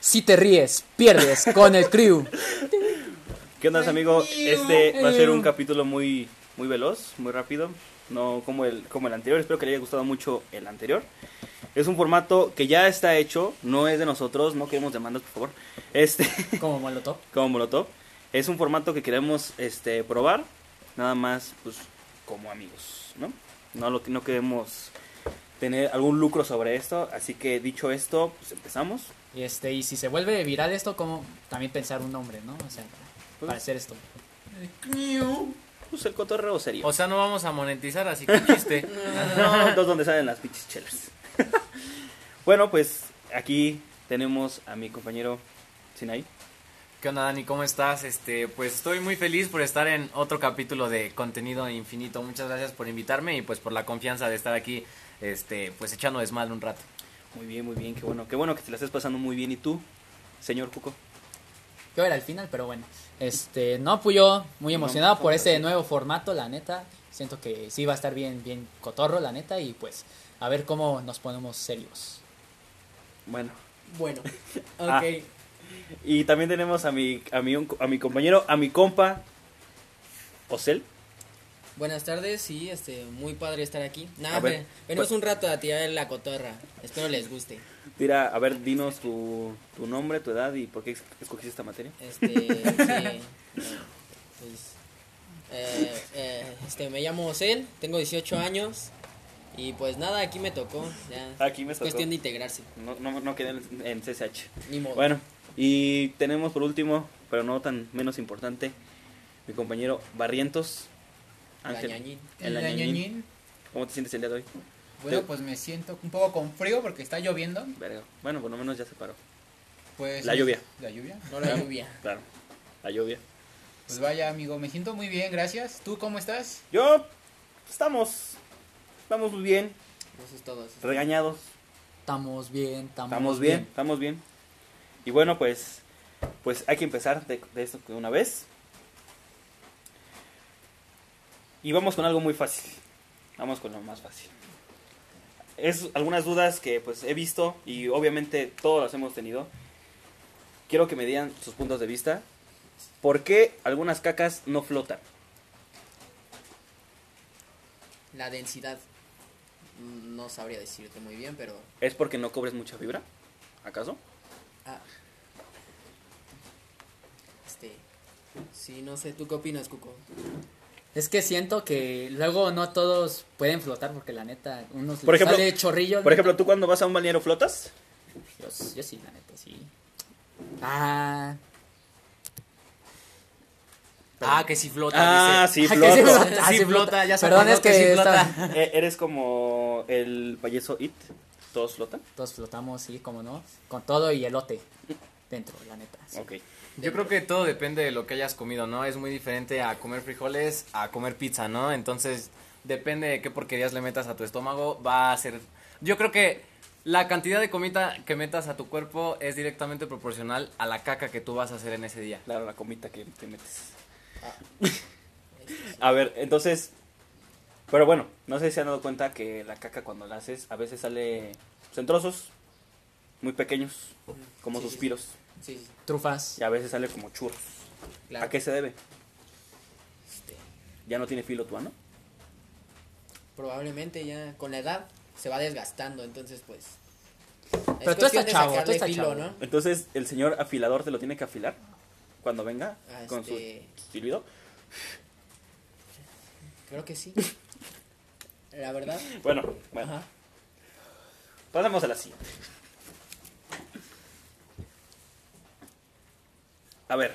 Si te ríes, pierdes con el crew. ¿Qué onda, amigo? Este va a ser un capítulo muy, muy veloz, muy rápido. No como el, como el anterior. Espero que le haya gustado mucho el anterior. Es un formato que ya está hecho. No es de nosotros. No queremos demandas, por favor. Este, Como molotov. como Molotov. Es un formato que queremos este, probar. Nada más, pues, como amigos, ¿no? No, lo, no queremos tener algún lucro sobre esto. Así que dicho esto, pues empezamos. Y este, y si se vuelve viral esto, como también pensar un nombre, ¿no? O sea, para hacer esto. Pues el cotorreo serio. O sea, no vamos a monetizar, así que chiste. No, dos donde salen las pinches chelas. bueno, pues aquí tenemos a mi compañero Sinai. ¿Qué onda, Dani? ¿Cómo estás? Este, pues estoy muy feliz por estar en otro capítulo de Contenido Infinito. Muchas gracias por invitarme y pues por la confianza de estar aquí, este, pues echando desmadre un rato. Muy bien, muy bien, qué bueno, qué bueno que te la estés pasando muy bien. ¿Y tú, señor Cuco? Yo era al final, pero bueno. Este, no, pues yo muy emocionado por este nuevo formato, la neta. Siento que sí va a estar bien, bien cotorro, la neta, y pues a ver cómo nos ponemos serios. Bueno, Bueno, ok. Ah. y también tenemos a mi, a mi, a mi compañero, a mi compa, Osel. Buenas tardes, sí, este, muy padre estar aquí. A Nada, ver, ve- venimos pues- un rato a tirar la cotorra. Espero les guste. Tira, a ver, dinos tu, tu nombre, tu edad y por qué es- escogiste esta materia. Este, sí, pues, eh, eh, este, me llamo Osel, tengo 18 años y pues nada, aquí me tocó. Ya, Aquí me es tocó. cuestión de integrarse. No, no, no quedé en, en CSH. Ni modo. Bueno, y tenemos por último, pero no tan menos importante, mi compañero Barrientos. Ángel. Gañañín. El El Gañañín. añañín. ¿Cómo te sientes el día de hoy? Bueno, Te- pues me siento un poco con frío porque está lloviendo. Verga. Bueno, por lo menos ya se paró. Pues, La lluvia. La lluvia. No la lluvia. Claro, la lluvia. Pues vaya, amigo, me siento muy bien, gracias. ¿Tú cómo estás? Yo, pues, estamos, estamos muy bien, Eso es todo. eso es todo. regañados. Estamos bien, estamos, Estamos bien, estamos bien. Y bueno, pues, pues hay que empezar de, de esto de una vez. Y vamos con algo muy fácil. Vamos con lo más fácil. Es algunas dudas que pues he visto y obviamente todos las hemos tenido. Quiero que me digan sus puntos de vista. ¿Por qué algunas cacas no flotan? La densidad. mm, No sabría decirte muy bien, pero. ¿Es porque no cobres mucha fibra? ¿Acaso? Ah. Este. Sí, no sé, ¿tú qué opinas, Cuco? Es que siento que luego no todos pueden flotar porque la neta, unos Por les ejemplo- sale chorrillo. Por neta. ejemplo, ¿tú cuando vas a un balneario flotas? Yo, yo sí, la neta, sí. Ah, Ah, que si flota, Ah, sí, dice. Ah, que sí floto. flota, Sí sí flota, flota. ya se Perdón, acordó es que, que sí estaba- E- Eres como el payaso It. Todos flotan. todos flotamos, sí, como no, con todo y elote dentro, la neta. sí. Ok. Yo creo que todo depende de lo que hayas comido, ¿no? Es muy diferente a comer frijoles a comer pizza, ¿no? Entonces, depende de qué porquerías le metas a tu estómago, va a ser... Yo creo que la cantidad de comida que metas a tu cuerpo es directamente proporcional a la caca que tú vas a hacer en ese día. Claro, la comita que te metes. Ah. A ver, entonces. Pero bueno, no sé si se han dado cuenta que la caca cuando la haces a veces sale pues, en trozos muy pequeños, como Sí, sí, suspiros, Sí, sí, Trufas. y a veces sale como churros. claro. ¿A qué se debe? Este, Ya no tiene filo tu ano. probablemente ya con la edad se va desgastando, entonces pues. Pero tú estás chavo, tú estás chavo. ¿no? Entonces, el señor afilador te lo tiene que afilar cuando venga Ah, con este- su silbido. Creo que sí. La verdad. Bueno, bueno. Ajá. Pasamos a la siguiente. A ver.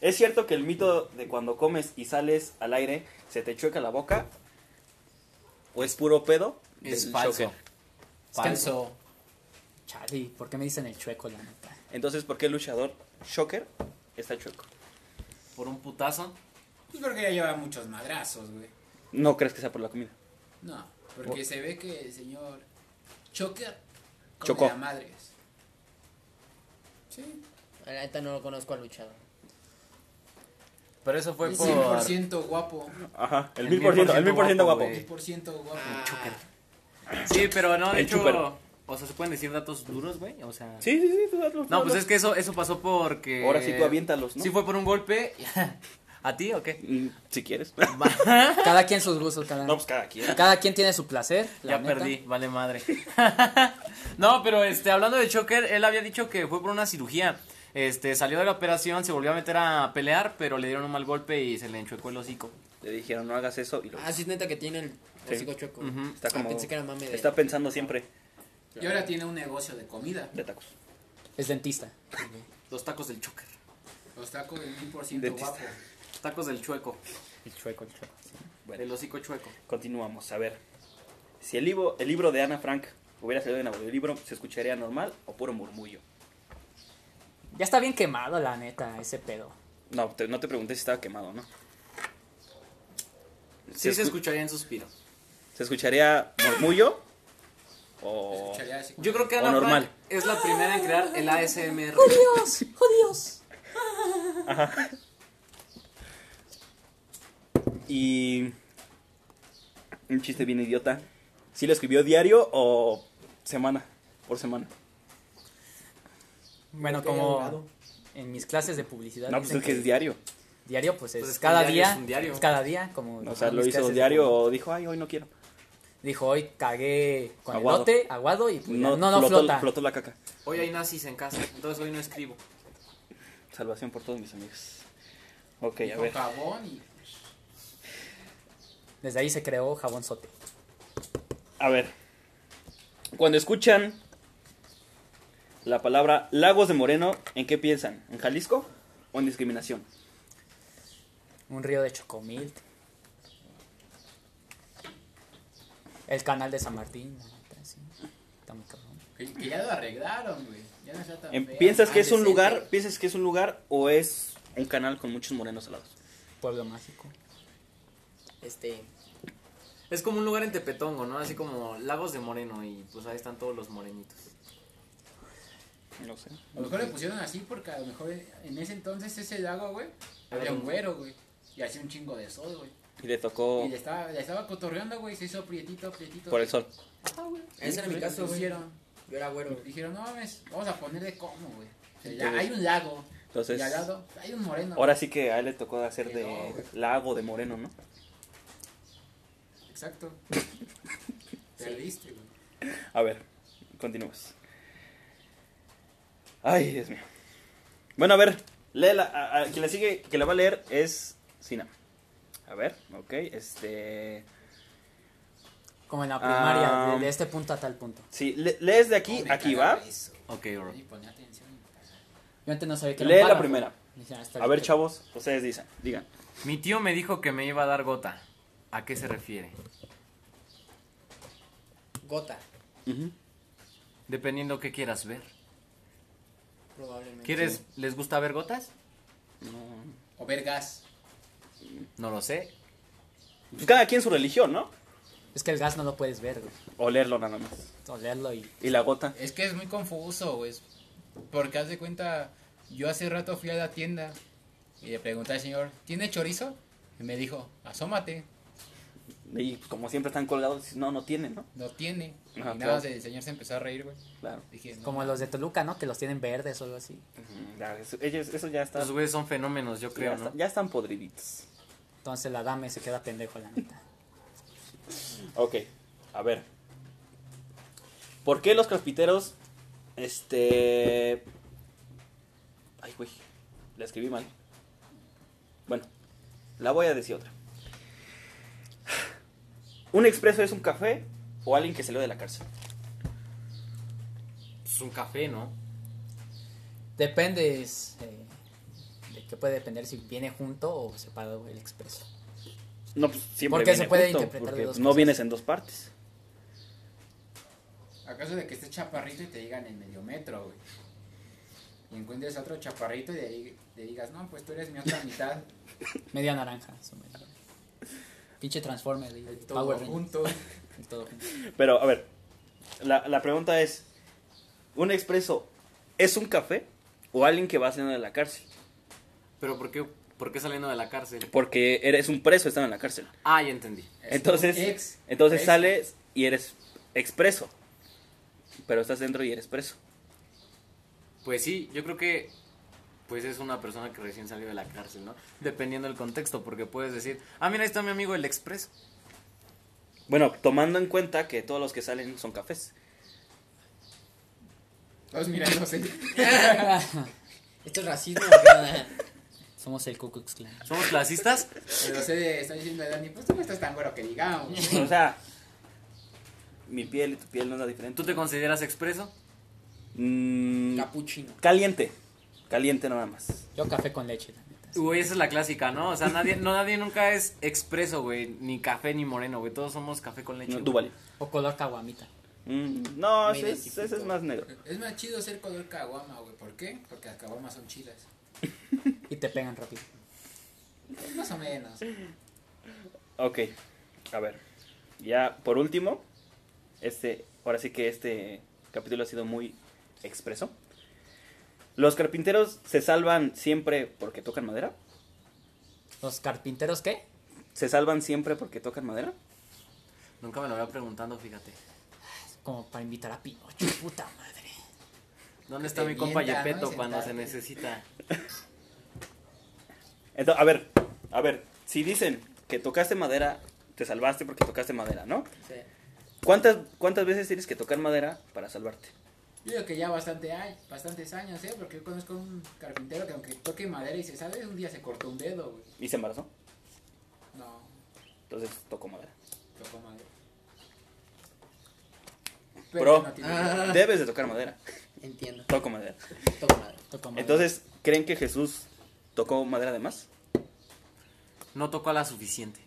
¿Es cierto que el mito de cuando comes y sales al aire se te chueca la boca? ¿O es puro pedo? Es del falso. choque? Falso. Descanso. Charlie, ¿por qué me dicen el chueco, la neta? Entonces, ¿por qué el luchador Shocker está chueco? Por un putazo. Pues porque ya lleva muchos madrazos, güey. ¿No crees que sea por la comida? No, porque se ve que el señor choca con Chocó. la madres. Sí, La neta no lo conozco al luchador. Pero eso fue un por... 100% guapo. Ajá, el El mil por ciento, el mil por ciento guapo. güey. 10% guapo. Ah, Sí, pero no, de El hecho, chúpero. O sea, ¿se pueden decir datos duros, güey? O sea... Sí, sí, sí, tú hazlo, tú No, pues hazlo. es que eso, eso pasó porque... Ahora sí tú aviéntalos, ¿no? Sí fue por un golpe. ¿A ti o qué? Mm, Si quieres. Cada quien sus gustos, cada, No, pues cada quien. cada quien tiene su placer. la ya neta. perdí, vale madre. no, pero este, hablando de Choker, él había dicho que fue por una cirugía. Este, salió de la operación, se volvió a meter a pelear, pero le dieron un mal golpe y se le enchuecó el hocico. Le dijeron, no hagas eso y lo Ah, sí, es neta que tiene el Sí. hocico choco. Ujú. Está Ah, como... pensé que era mame de- Está pensando siempre Y ahora tiene un negocio de comida. de tacos. Es dentista. Los tacos del Choker. Los tacos del 1000% Dentista. guapo. Tacos del chueco. El chueco, el chueco. sí. Bueno. Del hocico chueco. Continuamos, a ver. Si el libro, el libro de Ana Frank hubiera salido en audiolibro, ¿se escucharía normal o puro murmullo? Ya está bien quemado, la neta, ese pedo. No, te- no te pregunté si estaba quemado, ¿no? Sí se escu- escucharía en suspiro. ¿Se escucharía murmullo? O... Escucharía así como- Yo creo que O Ana Frank normal. es la primera en crear el ASMR. ¡Dios! ¡Oh, Dios! Y... Un chiste bien idiota. ¿Sí lo escribió diario o semana? Por semana. Bueno, como en mis clases de publicidad. No, pues dicen es que es diario. Diario, pues es, Pues es que cada diario día. es un diario. es cada día, como. O sea, en lo mis hizo clases de diario publicidad. o dijo, ay, hoy no quiero. Dijo, hoy cagué con Aguado. elote, aguado y pues, ya, No, no, no, flotó, flota. flotó la caca. Hoy hay nazis en casa, entonces hoy no escribo. Salvación por todos mis amigos. Ok, a Con ver. jabón y Desde ahí se creó jabón sote. A ver. Cuando escuchan la palabra Lagos de Moreno, ¿en qué piensan? ¿En Jalisco o en discriminación? Un río de chocomil. El canal de San Martín. la neta, sí. Está muy cabrón. que, que ya lo arreglaron, güey. Ya no está tan ¿En- feo. ¿Piensas Ah, que es un decente. lugar, piensas que es un lugar o es un canal con muchos morenos al lado? Pueblo mágico. Este, Es como un lugar en Tepetongo, ¿no? Así como Lagos de Moreno y pues ahí están todos los morenitos. No sé. A lo mejor le pusieron así porque a lo mejor en ese entonces ese lago, güey, había Era un un- güero, güey. Y hacía un chingo de sol, güey. Y le tocó Y le estaba, le estaba cotorreando, güey. Se hizo prietito, Oh. prietito. por el sol. ese era mi caso, güey. Hicieron, Yo era güero. güey. dijeron, no mames, vamos a ponerle como, güey. O sea, ya Entonces- hay un lago. entonces- y al lado hay un moreno. Ahora sí que a él le tocó hacer de No, güey. lago de moreno, ¿no? güey. Exacto. Perdiste, güey. A ver, continuamos. Ay, Dios mío. Bueno, a ver, léela. A, a- quien la sigue, que la va a leer es Sina. A ver, ok, este... Como en la Ah. primaria, de, de este punto a tal punto. Sí, le- lees de aquí, Me aquí cagaba va. eso, güey. Ok, bro. Y ponía atención. Yo antes no sabía que Lee era la un párrafo. primera. Dije, ah, está A bien ver, chido. chavos, ustedes dicen, digan. Mi tío me dijo que me iba a dar gota. ¿A qué se refiere? Gota, Dependiendo qué quieras ver. probablemente. ¿Quieres, les gusta ver gotas? O vergas. No lo sé. Pues cada quien su religión, ¿no? Es que el gas no lo puedes ver, güey. O leerlo nada más. Olerlo y. Y la gota. Es que es muy confuso, güey. Porque haz de cuenta, yo hace rato fui a la tienda y le pregunté al señor, ¿tiene chorizo? Y me dijo, asómate, Y pues, como siempre están colgados, dices, no, no tienen, ¿no? no tiene. y Ajá, nada claro. más el señor se empezó a reír, güey. Claro. Dije, no, Como los de Toluca, ¿no? Que los tienen verdes o algo así. Ujú, ya, eso, ellos- eso ya está. Los güeyes son fenómenos, yo ya, creo, está- ¿no? ya están podriditos. Entonces la dame se queda pendejo, la neta. Ok, a ver. ¿Por qué los crossfiteros este... Ay, güey, la escribí mal. Bueno, la voy a decir otra. ¿Un expreso es un café o alguien que salió de la cárcel? Es un café, ¿no? Depende es, eh, de qué puede depender si viene junto o separado el expreso. No, pues siempre Porque se viene puede junto, interpretar de porque dos no cosas. vienes en dos partes. ¿acaso de que estés chaparrito y te digan en medio metro, güey? Y encuentres a otro chaparrito y le, dig- le digas, no, pues tú eres mi otra mitad. Media naranja. su media. Pinche Transformer. Y Todo Power Rangers, junto. y todo junto. Pero, a ver, la, la pregunta es, ¿un expreso es un café o alguien que va saliendo de la cárcel? Pero ¿por qué, por qué saliendo de la cárcel? Porque eres un preso estando en la cárcel. Ah, ya entendí. Es un Entonces, ex- entonces ex- sales y eres expreso. pero estás dentro y eres preso. Pues sí, yo creo que pues es una persona que recién salió de la cárcel, ¿no? Dependiendo del contexto, porque puedes decir, ah, mira, ahí está mi amigo el expreso. Bueno, tomando en cuenta que todos los que salen son cafés. Todos mirándose. Esto es racismo. ¿verdad? Somos el Ku Klux Klan. ¿Somos clasistas? Pero se están diciendo a Dani, pues tú no estás tan güero que digamos. O sea, mi piel y tu piel no es la diferente. ¿Tú te consideras expreso? Mm, Capuchino. caliente, caliente nada más. Yo café con leche, la neta. Güey, esa es la clásica, ¿no? O sea, nadie, no, nadie nunca es expreso, güey. Ni café ni moreno, güey. Todos somos café con leche. No, güey. Duval. O color caguamita. Mm, no, Me ese es, identifico. ese es más negro. Es más chido ser color caguama, güey. ¿Por qué? Porque las caguamas son chidas. Y te pegan rápido. Pues, Más o menos. Ok, a ver. Ya por último, este, ahora sí que este capítulo ha sido muy expreso. Los carpinteros se salvan siempre porque tocan madera. ¿Los carpinteros qué? Se salvan siempre porque tocan madera. Nunca me lo había preguntando, fíjate. Como para invitar a Pinocho, puta madre. ¿Dónde está Te mi compa mientan, ¿no? Yepeto Y cuando se sentarte. necesita? Entonces, a ver, a ver, si dicen que tocaste madera, te salvaste porque tocaste madera, ¿no? Sí. ¿Cuántas, cuántas veces tienes que tocar madera para salvarte? Yo digo que ya bastante hay, bastantes años, ¿eh? Porque yo conozco a un carpintero que aunque toque madera y se sabe, un día se cortó un dedo, güey. Y se embarazó, No, entonces tocó madera. tocó madera. Bro. no tiene- Ah, Debes de tocar madera, entiendo. toco madera. Toco madre. Toco madera. Entonces, ¿creen que Jesús tocó madera de más? No tocó a la suficiente.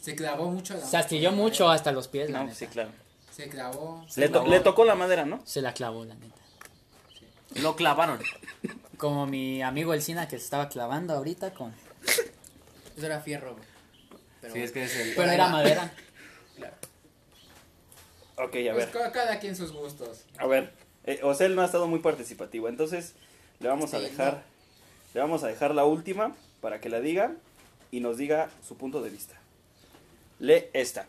Se clavó mucho. la- se astilló mucho hasta los pies, la No, neta. sí, claro. Se clavó. Le, to- le tocó la madera, ¿no? Se la clavó, la neta. Lo clavaron. Como mi amigo El Sina que se estaba clavando ahorita con. Eso era fierro, güey. Pero, Sí, es que es el... Pero era madera. claro. Ok, a Pues ver. ca- cada quien sus gustos. A ver. Eh, Osel no ha estado muy participativo, entonces le vamos a Sí, dejar, le vamos a dejar la última para que la diga y nos diga su punto de vista. Lee esta.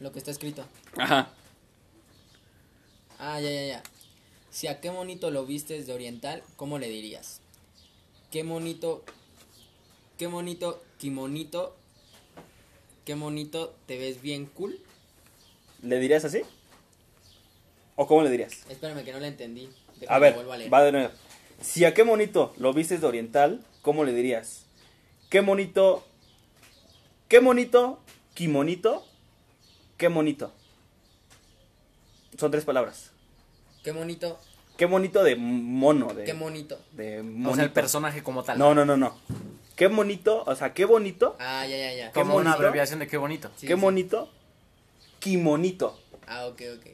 Lo que está escrito. Ajá. Ah, ya, ya, ya. Si a qué monito lo vistes de oriental, ¿cómo le dirías? Qué monito, qué monito, kimonito, qué monito, te ves bien cool. ¿Le dirías así? ¿O cómo le dirías? Espérame que no la entendí. Déjame A que ver, vuelva a leer. va de nuevo. Si a qué monito lo vistes de oriental, ¿cómo le dirías? ¿Qué monito? ¿Qué monito? ¿Kimonito? ¿Qué monito? Son tres palabras. Qué monito, Qué monito de mono. De, qué monito. de O sea, el monito. personaje como tal. No, no, no, no. Qué monito, o sea, qué bonito. Ah, ya, ya, ya. Qué Como una bonito. abreviación de qué bonito. Sí, qué sí. monito. Kimonito. Ah, ok, ok.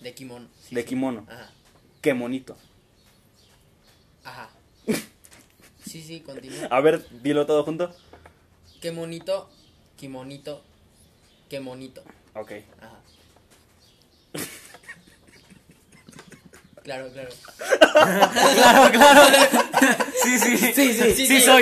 De kimono. de kimono. Ajá, Qué monito. ajá. Sí, sí, continúa. A ver, dilo todo junto. Qué monito, kimonito, qué monito. Ok. Ajá. Claro, claro. Sí, sí. Sí, sí, sí, sí. soy.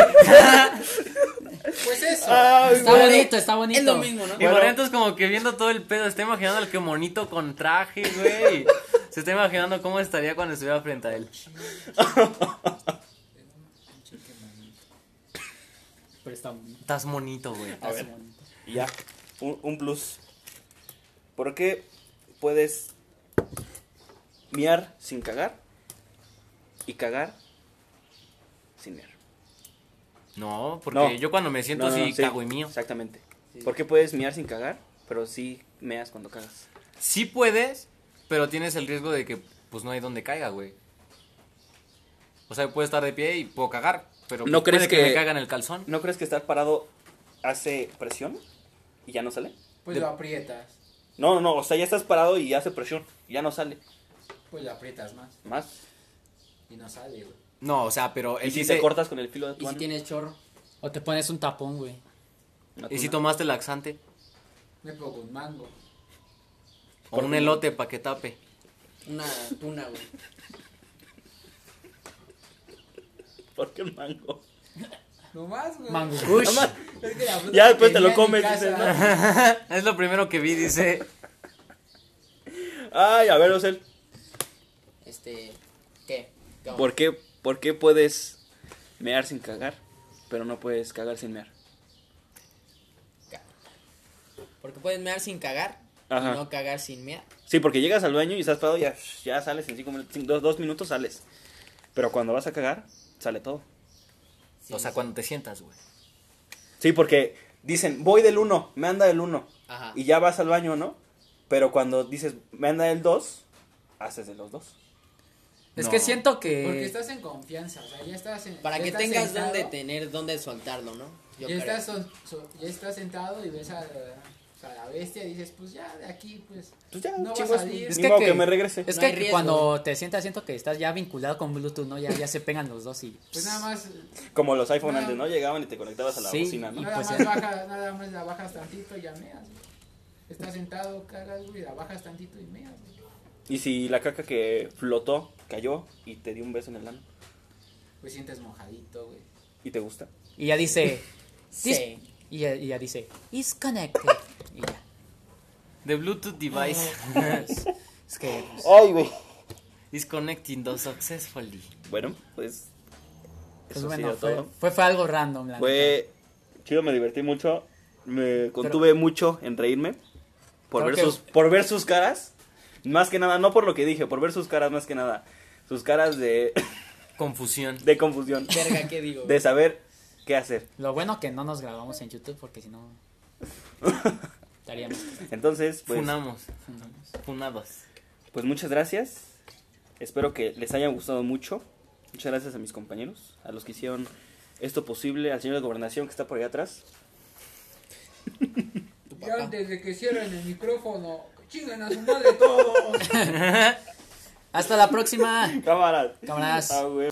Pues eso. Está bonito, está bonito. Es lo mismo, ¿no? Y Barrientos como que viendo todo el pedo, está imaginando al que monito con traje, güey. Se está imaginando cómo estaría cuando estuviera frente a él. Pero está bonito. Estás monito, güey. A está ver. bonito. Y ya. Un, un plus. ¿Por qué puedes miar sin cagar? Y cagar sin miar. No, porque No. yo cuando me siento No, no, así, no, sí, cago y mío. Exactamente. Sí. ¿Por qué puedes miar sin cagar? Pero sí meas cuando cagas. Sí puedes, pero tienes el riesgo de que pues no hay donde caiga, güey. O sea, puedo estar de pie y puedo cagar, pero ¿No pues, crees puede que- me caiga en el calzón? ¿No crees que estar parado hace presión? ¿Y ya no sale? Pues de- lo aprietas. No, no, no, o sea, ya estás parado y hace presión, y ya no sale. Pues lo aprietas más. Más. Y no sale, güey. No, o sea, pero él Y si dice- te cortas con el filo de tu Y si mano? tienes chorro. O te pones un tapón, güey. No, tú ¿Y si no. tomaste laxante? Me pongo un mango. O un elote para que tape. Una tuna, güey. ¿Por qué el mango? No más, güey. Mango Kush. Es que la fruta Ya que después te tenía lo en mi comes, casa, dices, ¿no? es lo primero que vi, dice. Ay, a ver, Osel. Este, ¿qué? ¿Qué onda? ¿Por qué, ¿Por qué puedes mear sin cagar, pero no puedes cagar sin mear? Ca- Porque puedes mear sin cagar Ajá. y no cagar sin mear. Sí, porque llegas al baño y estás parado, ya, ya sales en cinco minutos, cinco- dos, dos minutos sales. Pero cuando vas a cagar, sale todo. Sí, O sea, sí. cuando te sientas, güey. Sí, porque dicen, voy del uno, me anda del uno. Ajá. Y ya vas al baño, ¿no? Pero cuando dices, me anda del dos, haces de los dos. Es No. que siento Porque que. estás en confianza, o sea, ya estás en- Para ya que estás tengas sentado, donde tener, donde soltarlo, ¿no? Yo creo. ya, estás, so- so- ya estás sentado y ves a, a la bestia y dices, pues ya de aquí, pues. Pues ya, No vas chingos, a ir. ni Es que- modo que- que me regrese. Es No que hay riesgo. cuando te sientas, siento que estás ya vinculado con Bluetooth, ¿no? Ya, ya se pegan los dos y. Pues nada más, Como los iPhone No. antes, ¿no? Llegaban y te conectabas a la Sí. bocina, ¿no? nada pues más ya. bajas, nada más la bajas tantito y ya meas. güey. Estás sentado, cagas, güey, la bajas tantito y meas. güey. Y si la caca que flotó, cayó y te dio un beso en el ano Pues sientes mojadito, güey. y te gusta. Y ya dice. Sí. "Dis-" Y ya, y ya dice. Is connected. Y ya. The Bluetooth device Es que. pues, Ay, güey. is connecting those successfully. Bueno, pues pues eso ha bueno, sido fue, todo. fue, fue algo random, la neta. Fue chido, me divertí mucho. Me contuve mucho en reírme por Creo ver, que- sus, por ver sus caras. Más que nada, no por lo que dije, por ver sus caras más que nada. Sus caras de, Confusión. de confusión, Verga, ¿qué digo? de saber qué hacer. Lo bueno que no nos grabamos en YouTube porque si no. Estaríamos. Entonces, pues, Funamos. Funados. pues muchas gracias. Espero que les haya gustado mucho. Muchas gracias a mis compañeros, a los que hicieron esto posible, al señor de gobernación que está por allá atrás. Tu Ya papá. antes de que cierren el micrófono, chingan a su madre todos. Hasta la próxima. Cámaras. Cámaras. Ah, güey.